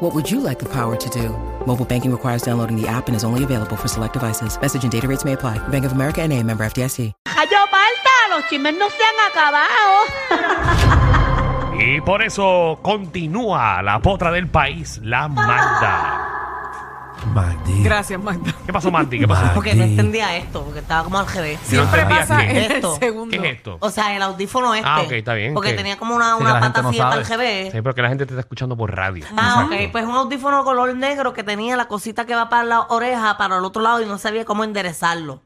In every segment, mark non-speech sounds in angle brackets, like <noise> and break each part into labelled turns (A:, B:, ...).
A: What would you like the power to do? Mobile banking requires downloading the app and is only available for select devices. Message and data rates may apply. Bank of America and a member FDIC.
B: ¡Cayó falta! ¡Los chismes no se han acabado!
C: Y por eso continúa la potra del país, la Magda.
D: Magdi.
E: Gracias, Magda.
C: ¿Qué pasó, Mandy? ¿Qué pasó?
B: Porque no entendía esto, porque estaba como al revés.
E: Siempre
C: no entendía
E: pasa
C: bien.
E: en el
B: Esto.
C: ¿Qué
E: segundo.
C: es esto?
B: O sea, el audífono este.
C: Ah, ok, está bien,
B: Porque
C: ok.
B: tenía como una,
D: Sí,
B: una
D: que la gente
B: pata
D: no
B: así de
D: sabe.
B: al revés.
C: Sí, pero que la gente te está escuchando por radio.
B: Ah,
C: Exacto.
B: ok, pues un audífono color negro que tenía la cosita que va para la oreja, para el otro lado y no sabía cómo enderezarlo.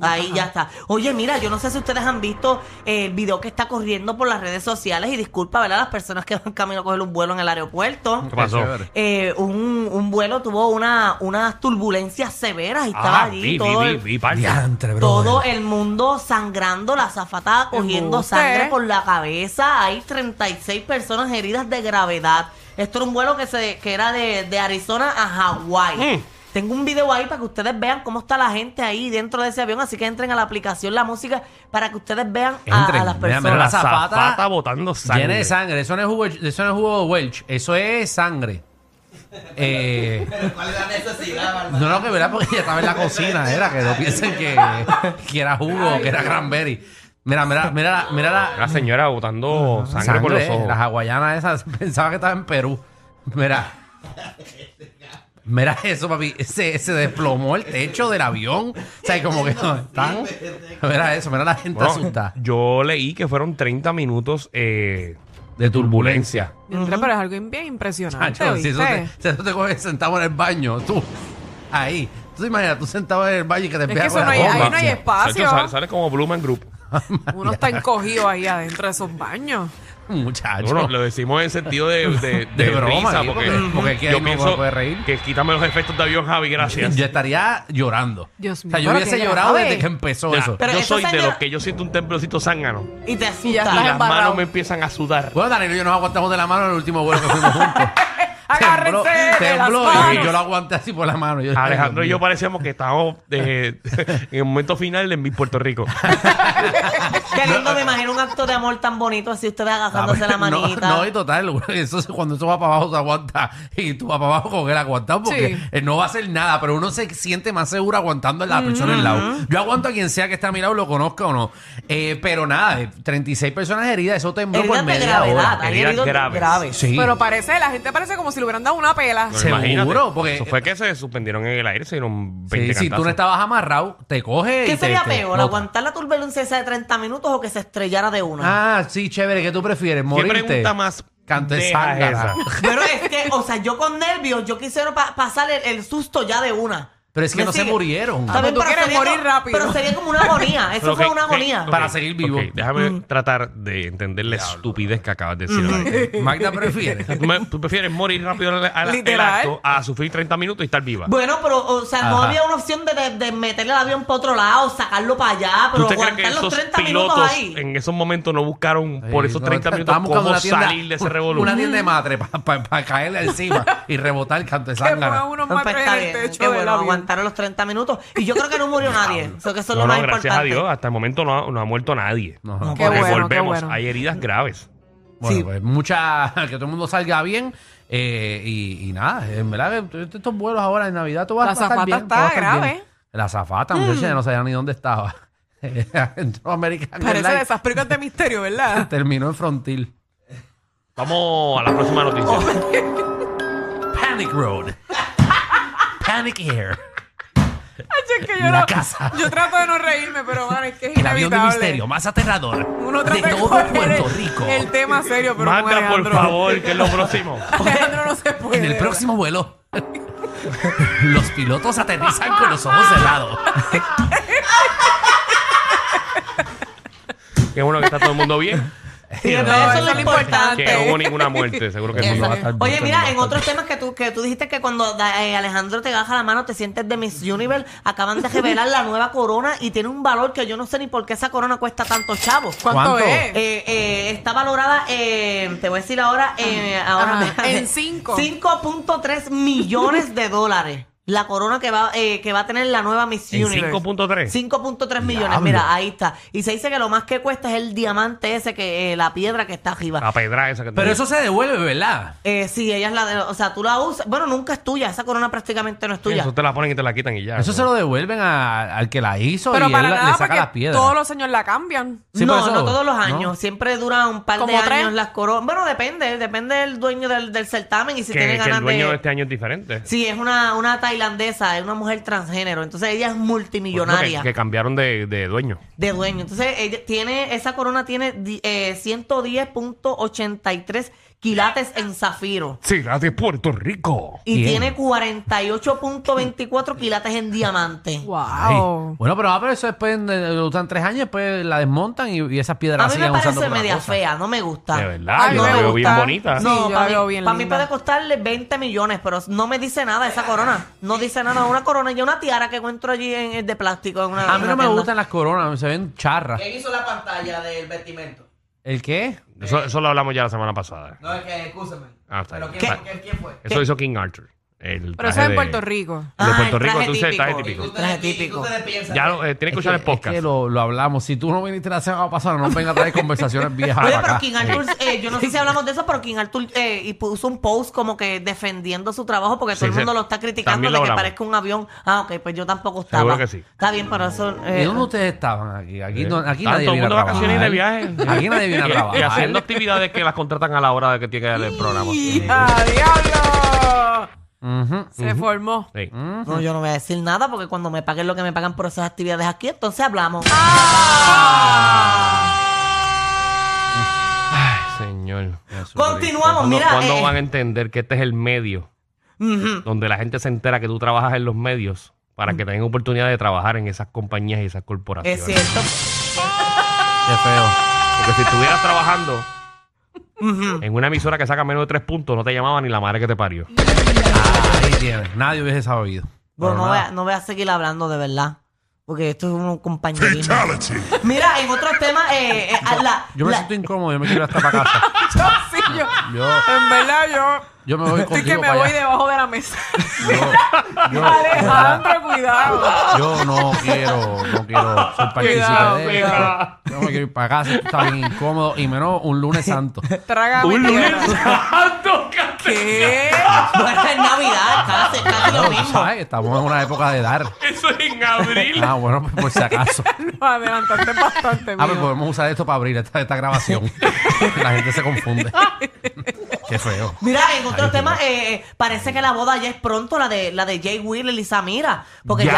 B: Ahí ya está. Oye, mira, yo no sé si ustedes han visto eh, el video que está corriendo por las redes sociales y disculpa, ¿verdad? Las personas que van camino a coger un vuelo en el aeropuerto.
C: ¿Qué pasó?
B: Eh, un, un vuelo tuvo una, unas turbulencias severas y estaba
C: Ah,
B: allí
C: vi,
B: todo
C: vi, vi,
B: el-
C: vi, parda.
D: Diantre, bro.
B: todo el mundo sangrando, la zafata cogiendo
E: Embuste.
B: sangre por la cabeza. Hay 36 personas heridas de gravedad. Esto era un vuelo que, se, que era de, de Arizona a Hawái.
C: Mm.
B: Tengo un video ahí para que ustedes vean cómo está la gente ahí dentro de ese avión. Así que entren a la aplicación La Música para que ustedes vean a- a,
D: Entren,
B: las
D: mira,
B: personas.
D: mira,
C: Pero la
D: La zapata
C: zapata botando sangre.
D: Llena de sangre. Eso no es jugo, eso no es jugo Welch. Eso es sangre. Eh, no, no, que verá porque ya estaba en la cocina, era que no piensen que, que era jugo, que era cranberry. Mira, mira, mira, la- mira la
C: La señora botando sangre, por los
D: eh.
C: ojos.
D: Las hawaianas esas <laughs> pensaba que estaba en Perú. Mira. Mira eso, papi. Se, se desplomó el techo del avión. O sea, como que no, están. Mira eso, mira la gente
C: Bueno,
D: asustada.
C: yo leí que fueron 30 minutos eh, de turbulencia.
E: Entra, Pero es algo bien impresionante.
D: Chacho, si eso te,
E: ¿oíste?
D: si eso te coges sentado en el baño, tú. Ahí. Tú te imaginas, tú sentado en el baño y que te
E: que
D: pegas
E: eso
D: con
E: no
D: la
E: hay- ahí
D: bomba.
E: no
D: <laughs>
E: hay espacio.
C: Chacho, sale, sale como Blumen Group.
E: Uno está encogido ahí adentro de esos baños.
D: Muchacho.
C: Bueno, lo decimos en sentido de, de,
D: De
C: de
D: broma,
C: risa,
D: sí,
C: porque,
D: porque- porque aquí
C: yo
D: no
C: pienso
D: puede reír.
C: que quítame los efectos de avión, Javi, gracias.
D: yo estaría llorando.
E: Dios
D: o sea,
E: mío,
D: yo
E: pero
D: hubiese
E: qué
D: llorado
E: grave.
D: desde que empezó
C: Ya,
D: eso.
B: Pero
C: yo
B: esa
C: soy de
B: señora-
C: los que yo siento un templocito zángano.
B: Y te
E: Y ya
B: asustan.
C: Y
E: estás
C: las
E: embarrado.
C: manos me empiezan a sudar.
D: Bueno, Danilo y yo nos aguantamos de la mano en el último vuelo que fuimos juntos.
E: Agárrense de las
D: tembló y
E: manos.
D: yo lo aguanté así por la mano. <laughs> Yo-
C: Alejandro y yo parecemos que estamos eh, <laughs> en el momento final de mi Puerto
D: <laughs>
C: Rico.
B: Qué lindo, me imagino un acto de amor tan bonito así ustedes agazándose
D: <laughs>
B: la
D: No,
B: manita.
D: No, y total, güey, eso, cuando eso va para abajo se aguanta y tú vas para abajo con él aguantado porque
E: Sí.
D: él no va a hacer nada, pero uno se siente más seguro aguantando a la persona al lado. Yo aguanto a quien sea que está a mi lado, lo conozca o no. Eh, pero nada, eh, 36 personas heridas, eso tembló
B: Heridas
D: por
B: de
D: media
B: gravedad,
D: hora.
B: hay
C: heridas
B: heridos
C: graves.
D: Sí.
E: Pero parece, la gente parece como si le hubieran dado una pela.
C: Pero
D: Sí. Seguro,
C: imagínate,
D: porque-
C: Eso fue que se suspendieron en el aire, se dieron
D: Sí,
C: 20
D: si tú
C: cantazos.
D: no estabas amarrado, te coge y
B: ¿Qué
D: te-
B: sería
D: te
B: peor?
D: bota.
B: ¿Aguantar la turbulencia esa de 30 minutos o que se estrellara de una?
D: Ah, sí, chévere, ¿qué tú prefieres?
C: ¿Qué
D: ¿Morirte?
C: pregunta más
D: Canto de
C: pendeja es
D: zángana.
C: esa?
B: Pero es que, o sea, yo con nervios, yo quisiera pa- pasar el, el susto ya de una.
D: Pero es que
B: ¿Me
D: no se
B: sigue?
D: murieron.
B: Está bien,
E: Ah, pero tú quieres
B: sería
E: morir
B: co-
E: rápido.
B: Pero sería como una agonía. Eso
C: Pero
B: fue
C: que-
B: una
C: que-
B: agonía. Mm.
D: Para seguir vivo.
C: ok, déjame tratar de entender la estupidez que acabas de decir. al
B: <laughs>
C: aire.
D: <laughs> Magda prefiere.
E: <laughs>
C: ¿Tú, me- tú prefieres morir rápido al- al- el
E: Literal.
C: acto a sufrir 30 minutos y estar viva.
B: Bueno, pero, o sea, no
D: Ajá.
B: había una opción de, de- de meterle el avión para otro lado, sacarlo para allá,
C: ¿Tú
B: pero
C: te crees que
B: aguantar los
C: esos
B: 30 minutos
C: pilotos
B: ahí.
C: en esos momentos no buscaron
D: Sí,
C: por esos
D: no,
C: 30
D: está-
C: minutos
D: estaba buscando
C: cómo
D: una tienda-
C: salir de ese
D: un-
C: revolú?
D: Una tienda de madre para caerle encima y rebotar el canto de
E: <laughs> Que pongan
D: sangre.
E: unos
B: Pues
E: matres
B: está
E: en el
B: bien,
E: techo
B: qué
E: del
B: bueno,
E: avión.
B: aguantaron los 30 minutos. Y yo creo que no murió nadie. Eso que eso es
C: No,
B: lo más
C: no, gracias a
B: importante.
C: Dios, hasta el momento no ha, no ha muerto nadie.
D: No,
E: Qué
C: Porque
E: bueno, qué
C: volvemos,
E: bueno.
C: hay heridas graves.
D: Bueno,
B: Sí.
D: pues mucha, que todo el mundo salga bien. eh, y, y nada, en verdad que t- estos vuelos ahora en Navidad tú vas
E: La
D: a estar
E: azafata
D: bien.
E: está
D: todo va a estar
E: grave. Mm.
D: bien. La zafata, muchacha, ya no sabía ni dónde estaba. <laughs> Entró American
E: Parece de
D: Airlines,
E: esas películas de misterio,
D: <laughs>
E: ¿verdad?
D: terminó en Frontil.
C: Vamos a la próxima noticia.
E: <laughs>
D: Panic Road. Panic Air.
E: Ay, es que yo
D: La
E: no-
D: casa.
E: Yo trato de no reírme, pero mano, es que es
D: El avión de
E: inevitable.
D: misterio más aterrador
E: Uno
D: de
E: trata de,
D: todo
E: coger
D: Puerto
E: el-
D: Rico.
E: El tema serio, pero con
C: Manda, por
E: Alejandro-
C: favor, que es lo próximo.
E: <laughs> Alejandro no se puede.
D: En el próximo vuelo, <laughs> los pilotos aterrizan con los ojos cerrados.
C: Que bueno que está todo el mundo bien.
B: No,
E: eso
B: eso es
E: es
B: lo importante.
C: Que no hubo ninguna muerte, seguro que
B: Eso.
C: eso no va a estar bien,
B: Oye,
C: está
B: mira,
C: bien,
B: en
C: está
B: otros temas que tú, que tú dijiste que cuando da- eh, Alejandro te baja la mano te sientes de Miss Universe, acaban de revelar la nueva corona y tiene un valor que yo no sé ni por qué esa corona cuesta tanto chavo.
E: ¿Cuánto,
D: ¿Cuánto?
E: es?
B: Eh, eh, está valorada, eh, te voy a decir ahora, eh, ahora
E: Ajá, en cinco.
B: 5.3 millones de dólares. La corona que va, eh, que va a tener la nueva Miss
C: ¿En
B: Universe.
C: 5.3?
B: 5.3 millones, mira, ahí está. Y se dice que lo más que cuesta es el diamante ese, que eh, la piedra que está arriba.
C: La pedra esa que
D: Pero
C: tenía.
D: eso se devuelve, ¿verdad?
B: Eh, sí, ella es la de... O sea, tú la usas... Bueno, nunca es tuya. Esa corona prácticamente no es tuya.
C: Eso te la ponen y te la quitan y ya.
D: Eso se lo devuelven a- al que la hizo
E: pero
D: y
E: para
D: él la-
E: nada,
D: le saca
E: porque
D: las piedras.
E: todos los años la cambian.
D: Sí,
B: no,
D: por eso-
B: no todos los
D: ¿no?
B: años. Siempre dura un par de
E: ¿Como tres?
B: años las coronas. Bueno, depende. Depende del dueño del, del certamen y si
C: que,
B: tiene
C: que
B: ganas
C: el dueño de...
B: de...
C: este año es diferente.
B: Sí, es una, una tailandesa, es una mujer transgénero. Entonces ella es multimillonaria
C: Pues, Que, que cambiaron de, de dueño.
B: de dueño. Entonces ella tiene... Esa corona tiene di- eh, 110.83 quilates en zafiro.
C: Sí, la de Puerto Rico.
B: Y
D: Bien.
B: tiene 48.24 quilates en diamante.
D: Ay.
E: Wow.
D: Bueno, pero, ah, pero eso después eh, lo usan tres años, después la desmontan y, y esas piedras
B: A mí me
D: siguen usando
B: parece
D: para
B: media
D: cosas.
B: fea, no me gusta.
C: De verdad,
E: Ay,
C: yo
E: me
C: la veo bien
E: gusta.
C: bonita.
E: Sí,
B: No,
E: yo la
B: para,
E: veo
B: mí,
E: bien
B: para mí
E: linda.
B: puede costarle 20 millones, pero no me dice nada esa corona. No dice nada una corona y una tiara que encuentro allí en, en- de plástico. En una,
D: A mí no
B: una
D: me
B: tienda.
D: gustan las coronas, se ven charras.
F: ¿Quién hizo la pantalla del vestimento?
D: ¿El qué?
C: Eso, eso lo hablamos ya la semana pasada.
F: No, es que, escúchame.
C: Ah, está
F: ¿Pero
C: bien.
F: quién,
C: Está
F: quién, quién fue?
C: Eso hizo King Arthur. El
E: Pero eso
C: traje
E: es en
C: de-
E: Puerto
C: de
E: Rico.
C: Puerto
B: el
C: Rico,
B: traje
C: tú dices, traje
F: ¿Y
C: típico.
F: tú te-
B: Traje
F: y- y
B: típico.
F: tú te piensas?
C: Ya lo, eh, tienes
D: Es
C: que escuchar el
D: es
C: podcast.
D: que lo, lo hablamos. Si tú no viniste la semana pasada, no nos vengas a traer conversaciones viejas.
B: Oye,
D: para
B: pero
D: acá.
B: King Arthur, eh, yo no sé si hablamos de eso, pero King Arthur eh, y puso un post como que defendiendo su trabajo porque
C: Sí,
B: todo el
C: sí.
B: mundo lo está criticando
C: También
B: de
C: lo
B: que
C: hablamos.
B: parezca un avión. Ah, ok, pues yo tampoco estaba.
C: Seguro que sí.
B: Está bien, pero eso...
D: ¿Y
B: eh,
D: dónde ustedes estaban aquí? Aquí, no, aquí
C: Estaban
D: nadie
C: todo el
D: viene a
C: mundo de vacaciones y de
D: trabajar.
C: viaje.
D: Aquí nadie viene
C: <laughs>
D: a
C: Y-
D: trabajar.
C: Y haciendo actividades que las contratan a la hora de que tiene que dar el programa.
E: ¡Y a diablo!
D: Ujú.
E: Se formó. <laughs>
C: Sí.
B: No, yo no voy a decir nada porque cuando me paguen lo que me pagan por esas actividades aquí, entonces hablamos.
C: Ay, señor.
B: Continuamos,
C: ¿Cuándo-
B: mira.
C: ¿Cuándo
B: eh,
C: van a entender que este es el medio
B: ujú.
C: donde la gente se entera que tú trabajas en los medios para que tengan oportunidad de trabajar en esas compañías y esas corporaciones?
B: Es cierto.
D: Qué feo.
C: Porque si estuvieras trabajando en una emisora que saca menos de tres puntos, no te llamaba ni la madre que te parió.
D: Ahí tienes. Nadie hubiese sabido. Pero
B: Bueno, no voy,
D: nada.
B: a, no voy a seguir hablando de verdad. Porque esto es un compañerismo. Mira, en otros temas, eh, eh, a la-
D: Yo me
B: la-
D: siento incómodo, yo me quiero ir hasta para casa.
E: Yo sí, yo.
D: Yo,
E: En verdad,
D: yo me voy
E: yo. Estoy que
D: contigo
E: me
D: para
E: voy
D: allá.
E: debajo de la mesa. <laughs>
D: Yo, yo,
E: Alejandro, cuidado.
D: yo no quiero, no
C: <laughs>
D: quiero ser partícipe
E: Cuidado,
D: de esto.
E: cuidado.
D: Yo me quiero ir para casa, esto está bien incómodo. Y menos un lunes santo.
E: Trágame tierra. ¿Qué?
B: bueno, es Navidad, casi, casi lo
D: No,
B: mismo.
D: ¿sabes? Estamos en una época de dar.
C: Eso es en abril.
D: Ah, bueno, pues por si
E: <laughs>
D: acaso.
E: Nos adelantaste bastante,
D: Ah,
C: pues,
D: pero
E: mijo.
D: podemos usar esto para abrir esta, esta
E: <laughs>
D: grabación. La gente se confunde. Qué feo.
B: Mira, en otros temas, eh, eh, parece que la boda ya es pronto, la de la de Jay Wheeler y Samira. Porque ya,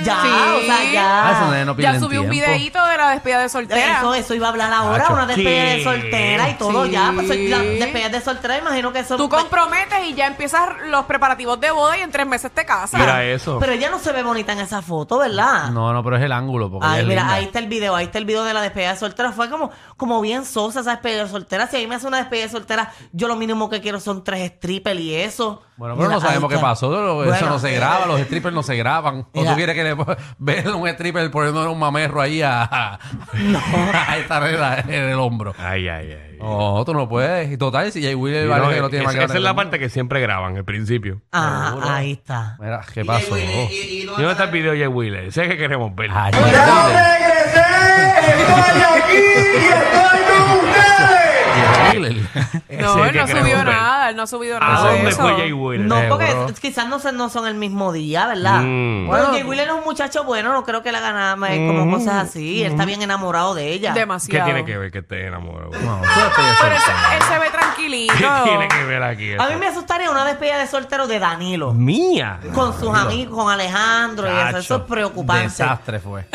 D: Ya.
B: ya,
E: Sí.
B: o sea, ya.
D: Ah, eso no es- no
E: Ya
D: pierden
E: subí un
D: tiempo.
E: videíto de la despedida de soltera.
B: Eso, eso iba a hablar ahora,
D: Cacho.
B: una despedida de
C: ¿Qué?
B: soltera y todo
E: Sí.
B: ya. Pues, la despedida de soltera, imagino que eso. pues,
E: Tú comprometes y ya empiezas los preparativos de boda y en tres meses te casas.
C: Mira eso.
B: Pero ella no se ve bonita en esa foto, ¿verdad?
D: No, no, pero es el ángulo. Porque ella
B: Ay,
D: es
B: mira,
D: linda.
B: ahí está el video, ahí está el video de la despedida de soltera. Fue como, como bien sosa esa despedida de soltera. Si a mí me hace una despedida de soltera, yo lo mínimo que quiero son tres strippers y eso.
D: Bueno, pero
B: Mira,
D: no sabemos
B: ahí
D: qué
B: está.
D: pasó. lo- eso
B: Bueno,
D: no se graba, los strippers no se graban. ¿O
B: Mira.
D: tú quieres que le vean un stripper poniéndole un mamerro ahí a, a, <laughs> a esta regla en el hombro?
C: Ay, ay, ay.
D: No, tú no puedes. Y total, si Jay Wheeler
C: Y
D: vale
C: no,
D: que no tiene
C: es-
D: más
C: esa
D: grande
C: es la
D: que el
C: parte que siempre graban, el principio.
B: Ah, ahí está.
D: mundo. Mira, ¿qué
F: Y-
D: pasó? Ah,
F: y- y- y- y
C: ¿Y dónde está el video de Jay Wheeler? Sé que queremos ver.
D: Ay,
G: regresé, estoy aquí y estoy con ustedes.
D: Wheeler.
E: No,
C: Ese
E: él no
C: que queremos
E: subió
C: ver.
E: nada, él no ha subido
C: ¿A
E: nada de
C: dónde
E: eso.
C: fue Jay Wheeler?
B: No, porque
D: Seguro.
B: es- quizás no, se- no son el mismo día, ¿verdad?
C: Mm.
B: Bueno, Jay Wheeler es un muchacho bueno, no creo que le haga nada más,
D: Mm.
B: como cosas así. Él está bien enamorado de ella.
C: ¿Qué
E: Demasiado.
C: tiene que ver que esté enamorado?
D: No, tú estás ya
E: Pero
D: soltero.
E: él, se- él se ve
C: ¿Qué tiene
E: tranquilito.
C: que ver aquí? eso?
B: A mí me asustaría una despedida de soltero de Danilo.
C: Mía.
B: Con sus amigos, con Alejandro y eso.
C: Chacho,
B: Eso es preocupante.
D: Desastre fue.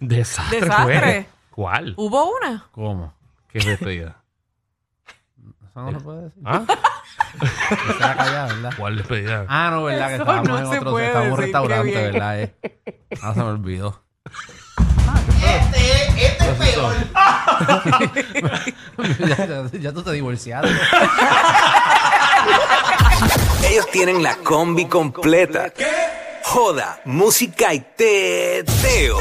C: Desastre.
E: Desastre. Uh.
C: fue. ¿Cuál?
E: Hubo una.
D: ¿Cómo? ¿Qué despedida? Eso no se puede decir.
C: ¿Ah?
D: Que se la calla,
E: <laughs>
D: ¿verdad?
C: ¿Cuál despedida?
D: Ah, no, ¿verdad? Que
E: Eso
D: estábamos
E: no
D: en
E: se
D: otro,
E: puede
D: estábamos en un
E: decir, qué
D: restaurante,
E: bien.
D: ¿verdad? Eh? Ah, se me olvidó.
F: Este, este es peor.
D: <laughs> ya, ya- ya tú te divorciaste.
G: Ellos tienen la combi completa. Joda, música y teo.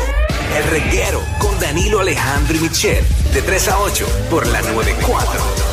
G: El reguero con Danilo Alejandro y Michel. De 3 a 8 por la 94.